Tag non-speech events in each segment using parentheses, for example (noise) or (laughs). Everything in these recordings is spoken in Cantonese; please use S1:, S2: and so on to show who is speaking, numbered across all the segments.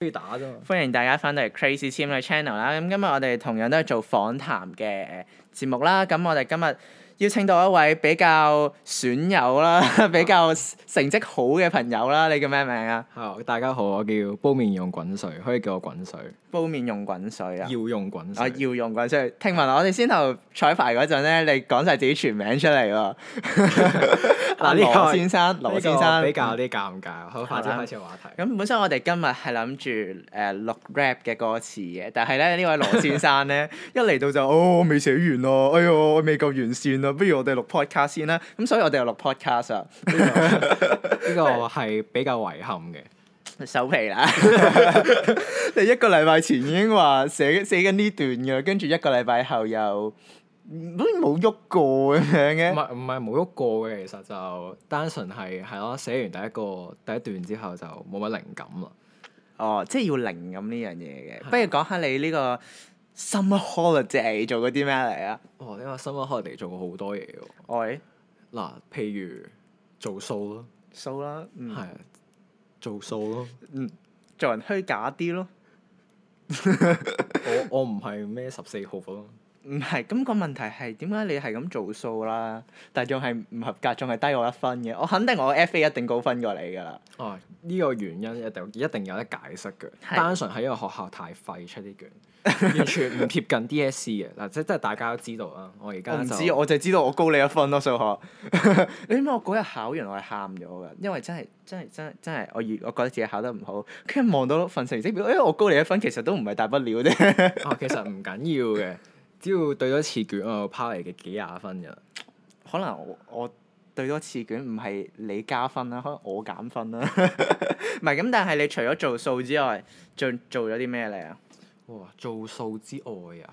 S1: 都要打啫嘛。
S2: 歡迎大家翻到嚟 Crazy Team 嘅 channel 啦。咁今日我哋同樣都係做訪談嘅誒節目啦。咁我哋今日邀請到一位比較損友啦， (laughs) 比較成績好嘅朋友啦。你叫咩名啊？
S1: Hello，大家好，我叫煲面用滾水，可以叫我滾水，
S2: 煲麵用滾水啊
S1: 要！用滾
S2: 我
S1: 水。
S2: 要用滾水。聽聞啊我哋先頭彩排嗰陣咧，你講晒自己全名出嚟 (laughs) 喎。嗱，
S1: 呢個
S2: 羅先生，
S1: 呢
S2: 羅
S1: 個
S2: 先生啊
S1: 比較有啲尷尬，好快啲開始話題。
S2: 咁本身我哋今日係諗住誒錄 rap 嘅歌詞嘅，但係咧呢位羅先生咧 (laughs) 一嚟到就哦我未寫完啊，哎呀我未夠完善啊，不如我哋錄 podcast 先啦。咁所以我哋又錄 podcast 啊， (laughs)
S1: 呢個係比較遺憾嘅，
S2: 手皮啦。 (laughs) 你一個禮拜前已經話寫寫緊呢段㗎，跟住一個禮拜後又嗯好似冇喐過咁樣
S1: 唔
S2: 嘅。
S1: 係唔係冇喐過嘅，其實就單純係係咯，寫完第一個第一段之後就冇乜靈感啦。
S2: 哦，即係要靈感呢樣嘢嘅。
S1: 係
S2: 不如講下你呢個 summer holiday 做過啲咩嚟啊？
S1: 哦，呢個 summer holiday 做過好多嘢喎。
S2: 我
S1: 嗱，譬如做數咯，
S2: 數啦，嗯。
S1: 係啊做數咯。
S2: 做人虛假啲咯。
S1: 我我唔係咩十四號咯。
S2: 唔係，咁、個問題係點解你係咁做數啦？但仲係唔合格，仲係低我一分嘅。我肯定我 FA 一定高分過你㗎啦。
S1: 哦，呢個原因一定一定有得解釋嘅，
S2: 係
S1: 單純係因為學校太廢出啲卷，完全唔貼近 DSE 嘅嗱，即即係大家都知道啦。我而
S2: 我
S1: 家
S2: 唔
S1: 就
S2: 知，我就知道我高你一分咯，數學。 (laughs) 你知唔知我嗰日考完我係喊咗㗎，因為真係真係真係真係我預我覺得自己考得唔好，跟住望到份成績表，誒、我高你一分，其實都唔係大不了啫。 (laughs)
S1: 哦，其實唔緊要嘅，只要對多次卷，我就拋嚟嘅幾廿分㗎啦。
S2: 可能我我對多次卷唔係你加分啦，可能我減分啦。 (laughs) 唔係咁，但係你除咗做數之外，仲做咗啲咩嚟啊？
S1: 哇，做數之外啊，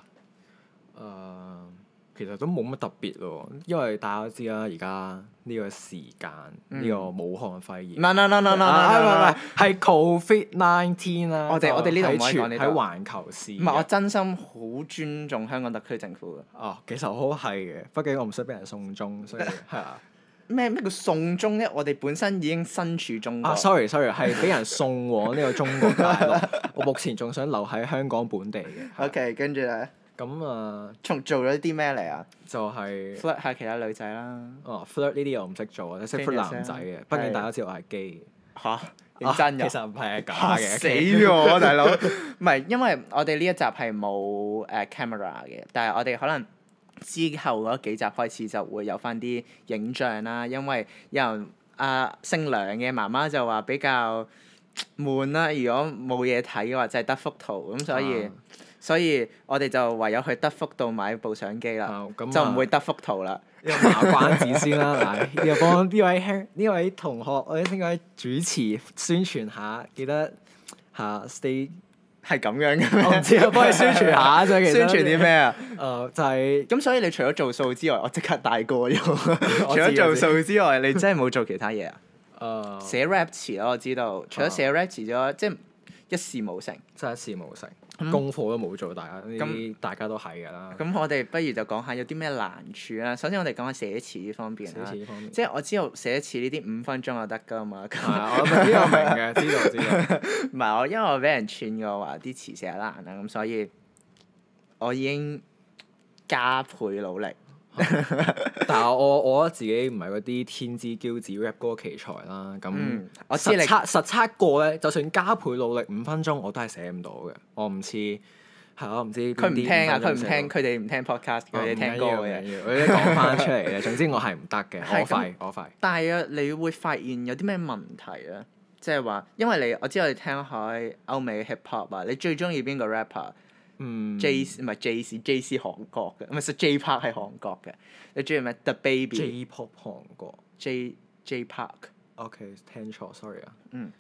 S1: 誒、其實都冇乜特別咯，因為大家都知啦，而家呢個時間呢、個武漢肺炎
S2: 唔。係唔係唔係唔係唔係唔係唔係
S1: 啊唔係唔係，係 Covid nineteen 啦。
S2: 我哋
S1: 就
S2: 我哋呢度唔
S1: 喺
S2: 可以
S1: 全
S2: 講呢度
S1: 喺環球市
S2: 唔係，我真心好尊重香港特區政府嘅。
S1: 哦，其實我好係嘅，畢竟我唔想俾人送中，
S2: (laughs)
S1: 所以係啊。
S2: 咩咩叫送中咧？我哋本身已經身處中國。
S1: 啊，sorry sorry，係俾人送往呢個中國大陸。我目前仲想留喺香港本地嘅。
S2: OK，跟住咧，
S1: 咁啊，
S2: 仲做咗啲咩嚟啊
S1: 就係
S2: ？flirt 下其他女仔啦。
S1: 哦 flirt 呢啲我唔識做啊，即係識 flirt 男仔嘅。畢竟大家知道我係基。
S2: 吓？認真
S1: 啊
S2: 㗎。
S1: 其實唔係係假
S2: 嚇 (laughs)
S1: 嘅。
S2: 死咗，大佬！ (laughs) 唔係，因為我哋呢一集係冇誒 camera 嘅，但係我哋可能之後嗰幾集開始就會有翻啲影像啦，因為有人啊姓梁嘅媽媽就話比較悶啦，如果冇嘢睇嘅話，就係得幅圖咁，所以、
S1: 啊
S2: 所以我哋就唯有去德福度買部相機啦，
S1: 啊咁
S2: 就唔
S1: 啊
S2: 會德福圖啦。
S1: 呢個麻關子先啦，嗱，又幫呢位兄呢位同學，我哋應該主持宣傳下，記得嚇 stay，
S2: 係咁樣嘅
S1: 我唔
S2: 咩？
S1: 知啊，幫你
S2: (laughs)
S1: 宣傳下啫。其實
S2: 宣傳啲咩？啊？
S1: 誒，呃就係
S2: 咁所以你除咗做數之外，我即刻大個咗。除
S1: (laughs) 我
S2: 咗
S1: 知我哦
S2: 做
S1: 知
S2: 數之外，你真係冇做其他嘢啊？
S1: 誒，
S2: 寫 rap 詞咯，我知道。除咗
S1: 哦
S2: 寫 rap 詞之外，即係一事無成。
S1: 真係一事無成，功課都冇做，大家呢啲大家都係㗎啦。
S2: 嗯咁我哋不如就講下有啲咩難處啦。首先我哋講下寫詞呢方面
S1: 寫
S2: 啦
S1: 詞。呢方面，
S2: 即係我啊知道寫詞呢啲五分鐘就得㗎嘛。咁
S1: 係啊，我呢個明嘅，知道知道。
S2: (laughs) 唔係我因為我俾人串過話啲詞寫得難啦，咁所以我已經加倍努力。
S1: 但係我我覺得自己唔係嗰啲天之驕子 rap 歌奇才啦，咁
S2: 嗯。我知你
S1: 實測實測過咧，就算加倍努力五分鐘，我都係寫唔到嘅。我唔似係我唔知
S2: 佢唔聽啊！佢
S1: 邊
S2: 唔聽，佢哋唔聽 podcast，
S1: 啲五分鐘寫到，
S2: 佢哋聽歌嘅。
S1: 嘅。我啲講翻出嚟
S2: (laughs)
S1: 嘅，總之我係唔得嘅，
S2: 係
S1: 我廢我廢。
S2: 但係啊，你會發現有啲咩問題咧？即係話，因為你我知道你聽開歐美 hip hop 啊，你最中意邊個 rapper？J
S1: 嗯
S2: C 唔係 J C J C 韓國嘅，唔係 J Park 係韓國嘅。你中意咩？The Baby
S1: J-pop 韓國
S2: J J Park
S1: ，OK 聽錯，sorry 啊。
S2: 嗯。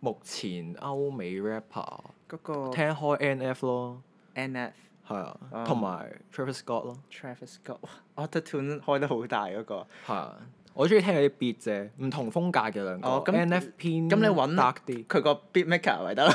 S1: 目前歐美 rapper
S2: 嗰個
S1: 聽開 NF 咯，
S2: N F
S1: 係啊，
S2: 嗯
S1: 同埋 Travis Scott 咯。
S2: Travis Scott (laughs) 哇，Auto Tune 開得好大嗰個。
S1: 係啊，我中意聽佢啲 beat 啫，唔同風格嘅兩個。
S2: 哦咁
S1: NF 偏
S2: 咁你揾
S1: dark 啲。
S2: 佢個 beat maker 咪
S1: (laughs)
S2: 得咯，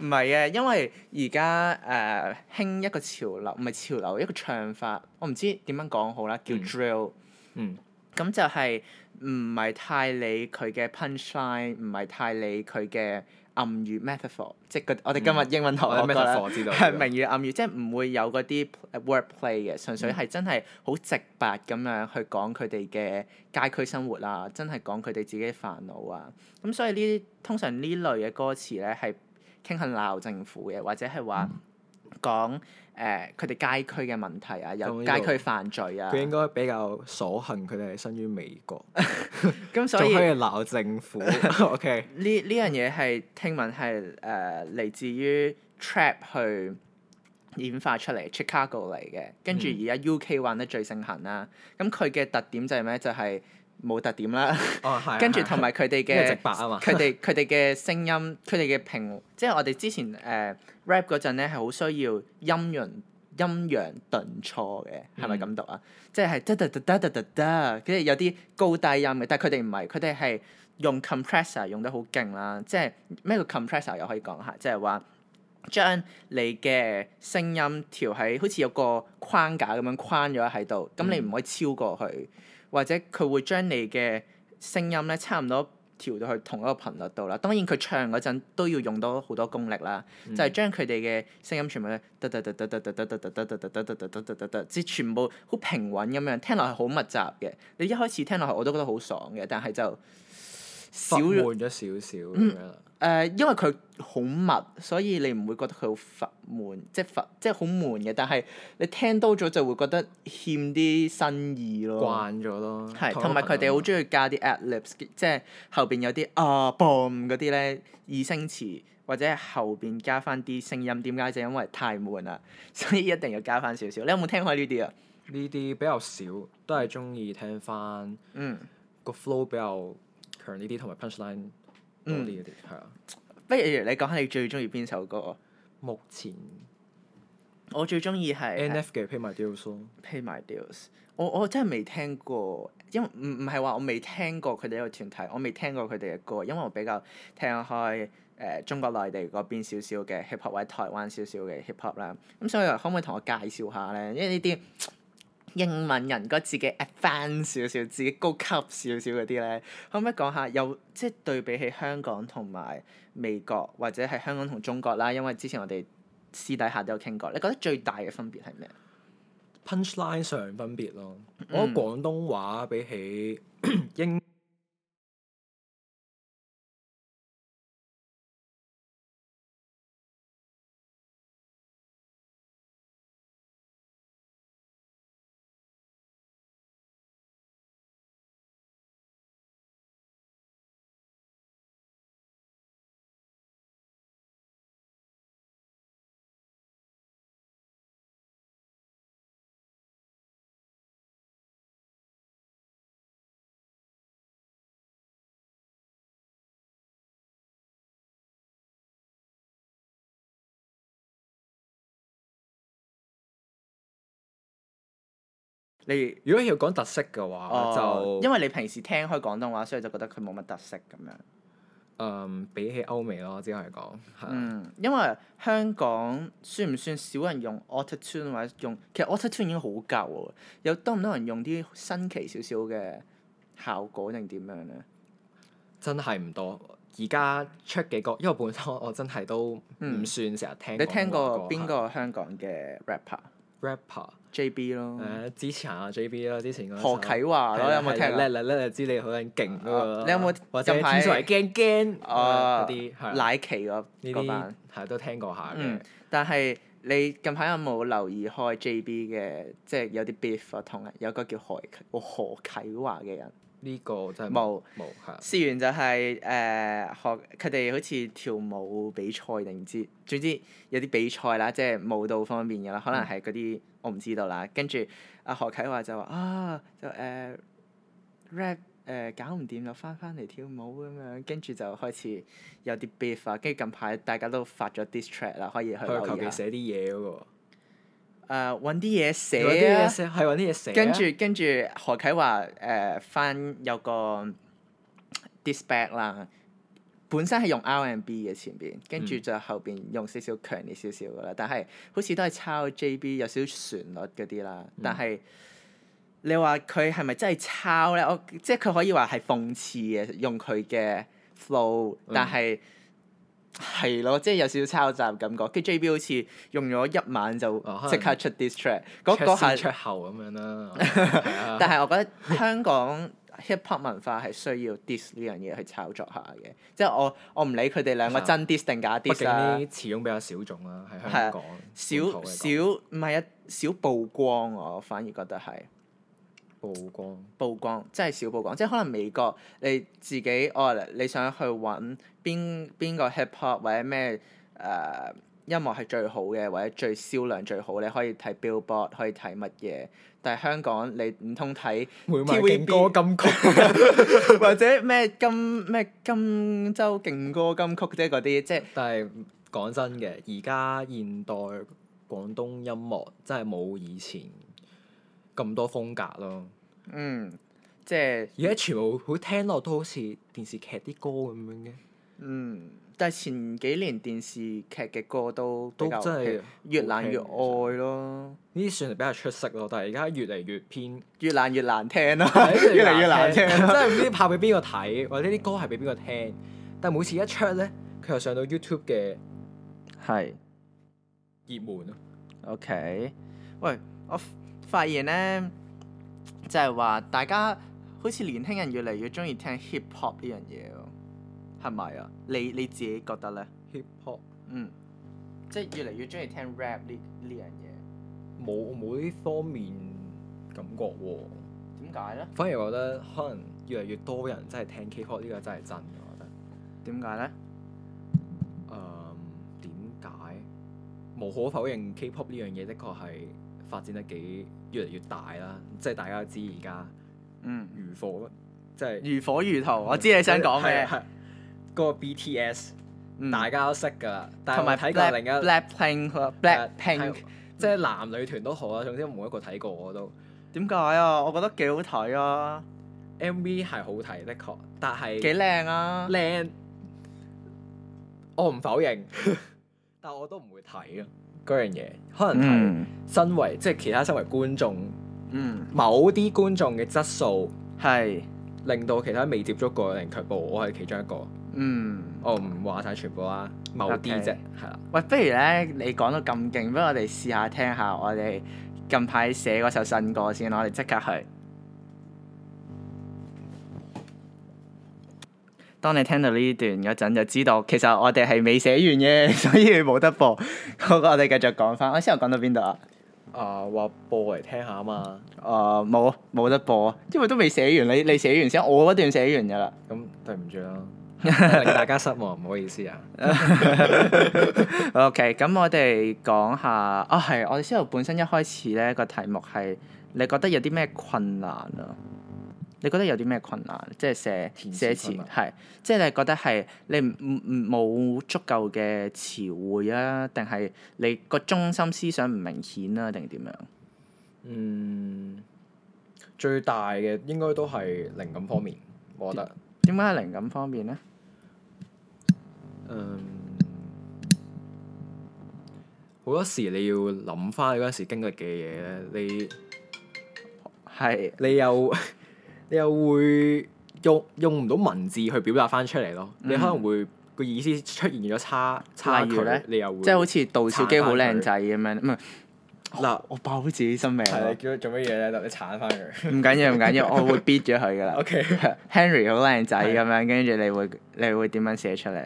S2: 唔係啊嘅，因為而家誒興一個潮流，唔係潮流，一個唱法，我唔知點樣講好啦，叫
S1: 嗯
S2: drill，
S1: 嗯，
S2: 咁、就係唔係太理佢嘅 punchline，唔係太理佢嘅暗語 metaphor，即係嗰我哋今日英文堂
S1: 嗯我
S2: 我覺得
S1: 我知道。
S2: 係明語暗語，即係唔會有嗰啲 wordplay 嘅，純粹
S1: 嗯
S2: 係真係好直白咁樣去講佢哋嘅街區生活啊，真係講佢哋自己嘅煩惱啊。咁所以呢啲通常呢類嘅歌詞咧係傾向鬧政府嘅，或者係話
S1: 嗯
S2: 講誒佢哋街區嘅問題啊，有
S1: 咁呢
S2: 街
S1: 度
S2: 區犯罪啊
S1: 佢。應該比較所幸，佢哋係身於美國，
S2: 咁 (laughs) 所
S1: 仲
S2: 以
S1: 可以鬧政
S2: (laughs)
S1: 府。OK，
S2: 呢呢樣嘢係聽聞係誒嚟自於 trap 去演化出嚟，Chicago 嚟嘅，跟
S1: 嗯
S2: 住而家 UK 玩得最盛行啦。咁佢嘅特點就係咩？就係、冇特點啦，
S1: 哦係啊
S2: 跟住
S1: 係啊
S2: 同埋佢哋
S1: 因為
S2: 嘅
S1: 直白啊嘛
S2: 佢哋佢哋嘅聲音，佢哋嘅平，即係我哋之前誒、呃 rap 嗰陣咧，係好需要陰陽陰陽頓挫嘅，係咪咁讀啊？即係係得得得得得得，跟住有啲高低音嘅，但係佢哋唔係，佢哋係用 compressor 用得好勁啦，即係咩叫 compressor 又可以講下，即係話。將你嘅聲音調喺好似有個框架咁樣框咗喺度，咁你唔可以超過佢，或者佢會將你嘅聲音咧差唔多調到去同一個頻率度啦。當然佢唱嗰陣都要用到好多功力啦，就係將佢哋嘅聲音全部咧，得得得得得得得得得得得得得得得得得，即係全部好平穩咁樣，聽落係好密集嘅。你一開始聽落去我都覺得好爽嘅，但係就少
S1: 少
S2: 咗嗯
S1: 悶咗少少咁樣啦。
S2: 誒、因為佢好密，所以你唔會覺得佢好乏悶，即係乏，即係好悶嘅。但係你聽多咗就會覺得欠啲新意咯。
S1: 慣咗咯，同
S2: 係，
S1: 一個
S2: 同埋佢哋好
S1: 頻
S2: 中意加啲 ad libs，即係後邊有啲啊 boom 嗰啲咧二聲詞，或者係後邊加翻啲聲音。點解？就因為太悶啦，所以一定要加翻少少。你有冇聽開呢啲啊？
S1: 率呢啲比較少，都係中意聽翻
S2: 嗯，
S1: 個 flow 比較強呢啲，同埋 punchline 多
S2: 嗯
S1: 啲嗰啲係啊。
S2: 不如你講下你最中意邊首歌啊？
S1: 目前
S2: 我最中意係
S1: NF 嘅 Pay My Dues 咯，
S2: Pay My Dues，我我真係未聽過，因為唔唔係話我未聽過佢哋一個團體，我未聽過佢哋嘅歌，因為我比較聽開誒、呃中國內地嗰邊少少嘅 hip hop 或者台灣少少嘅 hip hop 啦，咁所以可唔可以同我介紹下咧？因為呢啲英文人覺得自己 advanced 少少，自己高級少少嗰啲咧，可唔可以講下有即係對比起香港同埋美國或者係香港同中國啦？因為之前我哋私底下都有傾過，你覺得最大嘅分別係咩？
S1: punchline 上分別咯。
S2: 嗯
S1: 我覺得廣東話比起 (clears throat) 英
S2: 你
S1: 如果要講特色嘅話，
S2: 哦，
S1: 就
S2: 因為你平時聽開廣東話，所以就覺得佢冇乜特色咁樣。
S1: 嗯比起歐美咯，只可以講係啊
S2: 嗯，因為香港算唔算少人用 Auto Tune 或者用？其實 Auto Tune 已經好舊喎，有多唔多人用啲新奇少少嘅效果定點樣咧？
S1: 真係唔多。而家出幾個，因為本身我真係都唔
S2: 嗯
S1: 算成日聽。
S2: 你聽過邊個香港嘅 rapper？JB
S1: rapper？
S2: 咯，
S1: 誒支持下 JB 啦，之前嗰首
S2: 哦何啟
S1: 係
S2: 華咯，
S1: 啦
S2: 有
S1: 係
S2: 冇聽
S1: 啦叻？
S2: 啊
S1: 啦叻啦，知你好撚勁嗰個啦。
S2: 啊你有冇
S1: 或者
S2: 近排
S1: 天水圍驚驚
S2: 哦
S1: 嗰啲係啦
S2: 奶奇嗰
S1: 呢
S2: 嗰
S1: 啲
S2: 版。
S1: 係都聽過下
S2: 嗯
S1: 嘅。，
S2: 但係你近排有冇留意開 JB 嘅，即係有啲 beef 啊，同人有個叫何啟何啟華嘅人。
S1: 呢個真係
S2: 冇
S1: 冇係啊。
S2: 事源就係、誒、學佢哋好似跳舞比賽定唔知，總之有啲比賽啦，即係舞蹈方面嘅啦，可
S1: 嗯
S2: 能係嗰啲我唔知道啦。跟住阿何啟華就話啊，就誒、rap 誒、搞唔掂就翻翻嚟跳舞咁樣，跟住就開始有啲 beef 啊。跟住近排大家都發咗 diss track 啦，可以去
S1: 佢
S2: 留
S1: 求
S2: 意
S1: 其
S2: 下。
S1: 寫啲嘢嗰個，
S2: 誒揾呃啲嘢
S1: 有啲
S2: 寫
S1: 嘢
S2: 啊！
S1: 寫係揾啲嘢寫啊。
S2: 跟住跟住何啟華誒翻有個 dispatch 啦，本身係用 R&B 嘅前邊，跟
S1: 嗯
S2: 住就後邊用少少強烈少少噶啦，但係好似都係抄 JB 有少少旋律嗰啲啦，
S1: 嗯
S2: 但係。你話佢係咪真係抄咧？我
S1: 嗯
S2: 即係佢可以話係諷刺嘅，用佢嘅 flow，但係係咯，即係有少少抄襲感覺。跟住 JB 好似用咗一晚就
S1: 啊可能
S2: 即刻出 diss track，嗰嗰
S1: 嗰
S2: 下。
S1: 出後咁樣
S2: (laughs)
S1: 啦。係啊
S2: 但係我覺得香港 hip hop 文化係需要 diss 呢樣嘢去炒作下嘅，即係我我唔理佢哋兩個真 diss 定假
S1: 啊畢
S2: diss
S1: 竟
S2: 啦
S1: 呢，始終比較小眾啦，喺
S2: 啊係啊
S1: 香港。
S2: 少
S1: 本土嚟
S2: 少
S1: 講
S2: 唔係啊，少曝光我反而覺得係。
S1: 曝光。
S2: 曝光，真係少曝光，即係可能美國你自己哦，你想去揾邊邊個 hip hop 或者咩誒、呃音樂係最好嘅，或者最銷量最好，你可以睇 Billboard，可以睇乜嘢。但係香港你唔通睇
S1: 每晚
S2: TVB
S1: 勁歌金曲，
S2: (laughs) 或者咩金咩金州勁歌金曲啫嗰啲，即係
S1: 但係講真嘅，而家現代廣東音樂真係冇以前咁多風格咯。
S2: 嗯即係
S1: 而家全部好聽落都好似電視劇啲歌咁樣嘅，
S2: 嗯。但係前幾年電視劇嘅歌都比
S1: 都
S2: 較
S1: 真係
S2: hit，越難越
S1: 好聽嘅
S2: 愛咯，
S1: 呢啲算係比較出色咯。但係而家越嚟越
S2: (laughs)
S1: 偏，
S2: 越難越難聽咯，
S1: (laughs) 越
S2: 越嚟越難聽
S1: 真
S2: 咯。
S1: 係唔知拍俾邊個睇，或者啲歌係俾邊個聽。但係每次一出咧，佢又上到 YouTube 嘅
S2: (laughs) 係。
S1: 熱門咯。
S2: OK，喂，我 f- 發現咧，就係話大家好似年輕人越嚟越中意聽 hip hop 呢樣嘢喎，係咪啊？你你自己覺得咧？
S1: hip hop
S2: 嗯，即係越嚟越中意聽 rap 呢呢樣嘢，
S1: 冇冇呢方面感覺喎，
S2: 點解咧？
S1: 反而我覺得可能越嚟越多人真係聽 K-pop 呢個真係真嘅，我覺得。
S2: 點解咧？
S1: 誒點解？無可否認，K-pop 呢樣嘢的確係發展得幾越嚟越大啦。即係大家都知而家
S2: 嗯，
S1: 如火，即係
S2: 如火如荼，我知你想講
S1: 係
S2: 咩
S1: 啊，係啊嗰個 BTS
S2: 嗯
S1: 大家都識㗎啦，但係
S2: 同
S1: 我
S2: 埋
S1: 睇過另
S2: Black
S1: 一
S2: Black Pink Black
S1: 誒
S2: Pink
S1: 係即係男女團都好啊啦。總之我每一個睇過我都
S2: 點解啊？我覺得幾好睇啊，
S1: MV 係好睇的確，但係
S2: 幾靚啊！
S1: 靚，我唔否認， (laughs) 但我都唔會睇啊。嗰樣嘢，可能係
S2: 嗯
S1: 身為、即係其他身為觀眾，
S2: 嗯，
S1: 某啲觀眾嘅質素，
S2: 係
S1: 令到其他未接觸過嘅人卻步。我係其中一個，
S2: 嗯。
S1: 我唔話晒全部啦，某啲啫
S2: OK，
S1: 係啦。
S2: 喂，不如咧，你講到咁勁，不如我哋試下聽下我哋近排寫嗰首新歌先，我哋即刻去。當你聽到呢段嗰陣，就知道其實我哋係未寫完嘅， (laughs) 所以冇得播。 (laughs) 我我哋繼續講翻，我先頭講到邊度啊？
S1: 啊，話播嚟聽下啊嘛，
S2: 誒哦冇冇得播，啊因為都未寫完。你你寫完先，我嗰段寫完㗎啦。
S1: 咁對唔住啦， (laughs) 令大家失望，唔好意思啊。
S2: OK，咁我哋講下啊，係我哋先頭本身一開始咧個題目係你覺得有啲咩困難啊？你覺得有啲咩困難？即係寫
S1: 填詞
S2: 寫詞
S1: 困難
S2: 係，即係你覺得係你唔唔冇足夠嘅詞彙啊，定係你個中心思想唔明顯啊，定點樣？
S1: 嗯，最大嘅應該都係靈感方面，我覺得。
S2: 點解係靈感方面咧？
S1: 嗯，好多時你要諗翻你嗰陣時經歷嘅嘢咧，你
S2: 係
S1: 你又 (laughs) 你又會用用唔到文字去表達翻出嚟咯，你可能會個意思出現咗差差
S2: 嗯例
S1: 距
S2: 如咧，
S1: 你又會
S2: 即係好似杜兆基好靚仔咁樣，唔係
S1: 嗱，
S2: 我爆自己身名
S1: 係
S2: 啊
S1: 你！叫佢做乜嘢咧？你鏟翻 (laughs) 佢。
S2: 唔緊要唔緊要，我會 beat 咗佢㗎啦。
S1: O K，
S2: Henry 好靚仔咁樣，跟住你會你會點樣寫出嚟？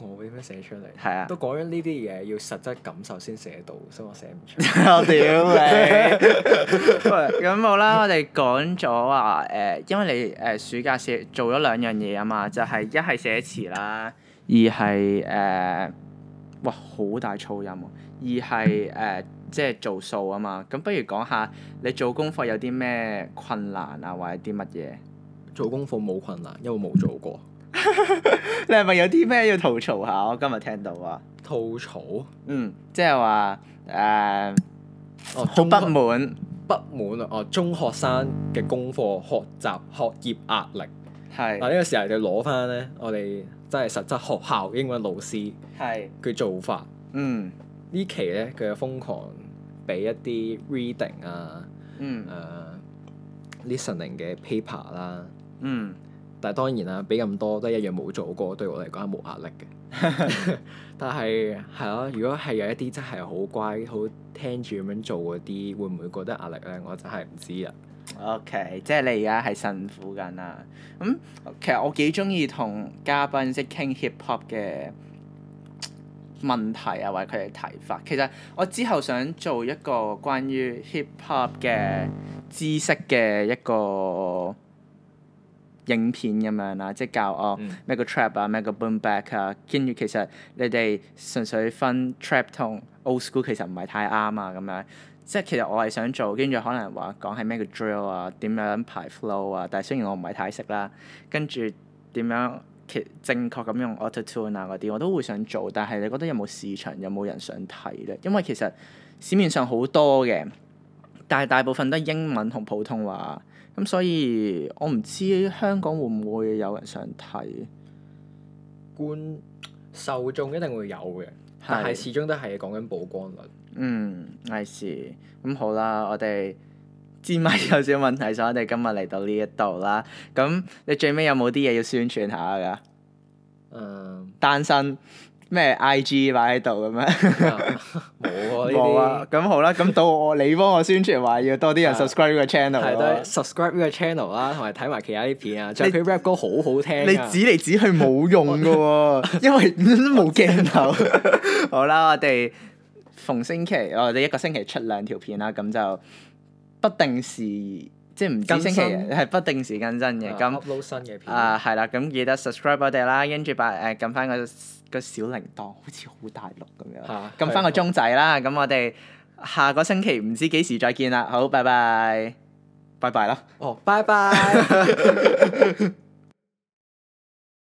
S1: 我會點樣寫出嚟？
S2: 係啊
S1: 都講緊呢啲嘢要實質感受先寫到，所以我寫唔
S2: (laughs)
S1: 出。
S2: (laughs) 我屌你！ (laughs) 咁好啦，我哋講咗話誒，因為你誒、暑假寫做咗兩樣嘢啊嘛，就係、一係寫詞啦，二係誒、哇好大噪音喎、二係誒、即係做數啊嘛。咁不如講下你做功課有啲咩困難啊，或者啲乜嘢？
S1: 做功課冇困難，因為冇做過。
S2: 你係咪有啲咩要吐槽下？我今日聽到啊，
S1: 吐槽，
S2: 嗯，即係話誒。
S1: 哦，
S2: 好
S1: 中
S2: 不滿，
S1: 不滿啊！哦，中學生嘅功課、學習、學業壓力。嗱，
S2: 係
S1: 呢個時候就攞翻咧，我哋真係實質學校英文老師
S2: 係，
S1: 佢做法。
S2: 嗯
S1: 呢期咧，佢就瘋狂俾一啲 reading 啊、誒、
S2: 嗯
S1: listening 嘅 paper 啦，
S2: 嗯，
S1: 但係當然啦，俾咁多都係一樣冇做過，對我嚟講係冇壓力嘅。
S2: (laughs)
S1: 但係係咯，如果係有一啲真係好乖、好聽住咁樣做嗰啲，會唔會覺得壓力咧？我真係唔知啊。
S2: OK，即係你而家係辛苦緊啦。咁、其實我幾中意同嘉賓即係傾 hip hop 嘅問題啊，或者佢哋睇法。其實我之後想做一個關於 hip hop 嘅知識嘅一個影片咁樣啦，即係教我。
S1: 嗯
S2: 咩個 trap 啊，咩個 boom back 啊，跟住其實你哋純粹分 trap 同 old school 其實唔係太啱啊咁樣。即係其實我係想做，跟住可能話講係咩叫 drill 啊，點樣排 flow 啊，但係雖然我唔係太識啦，跟住點樣其正確咁用 auto tune 啊嗰啲，我都會想做，但係你覺得有冇市場，有冇人想睇咧？因為其實市面上好多嘅，但係大部分都係英文同普通話，咁所以我唔知香港會唔會有人想睇。
S1: 觀受眾一定會有嘅，但係始終都係講緊曝光率。
S2: 嗯，I see。咁好啦，我哋支咪有少少問題，所以我哋今日嚟到呢一度啦。咁你最尾有冇啲嘢要宣傳下㗎？ (laughs)
S1: 嗯，
S2: 單身咩 IG 擺喺度
S1: 啊
S2: 咁樣？冇
S1: 冇啊
S2: 啊。咁好啦，咁到我你幫我宣傳話要多啲人
S1: 係啊
S2: subscribe 個
S1: 呢啲
S2: channel
S1: 係都
S2: 喎。
S1: subscribe 呢個 channel 啦，同埋睇埋其他啲片啊。仲有
S2: 你
S1: 佢 rap 歌好好聽
S2: 你
S1: 啊
S2: 指嚟指去冇用㗎 (laughs) 喎，因為冇鏡 (laughs) 頭。好啦，我哋逢星期我哋一個星期出兩條片啦，咁就不定時，即係唔止
S1: 更
S2: 星
S1: 新
S2: 期日係不定時更新嘅。咁
S1: upload 新嘅片。
S2: 啊係啦，咁記得 subscribe 我哋啦，跟住把誒撳翻個個小鈴鐺，好似好大陸咁樣，
S1: 嚇
S2: 撳翻個
S1: 啊係
S2: 鐘仔啦。咁我哋下個星期唔知幾時再見啦。好，拜拜，拜拜啦。 (laughs)
S1: (laughs) 哦，拜拜。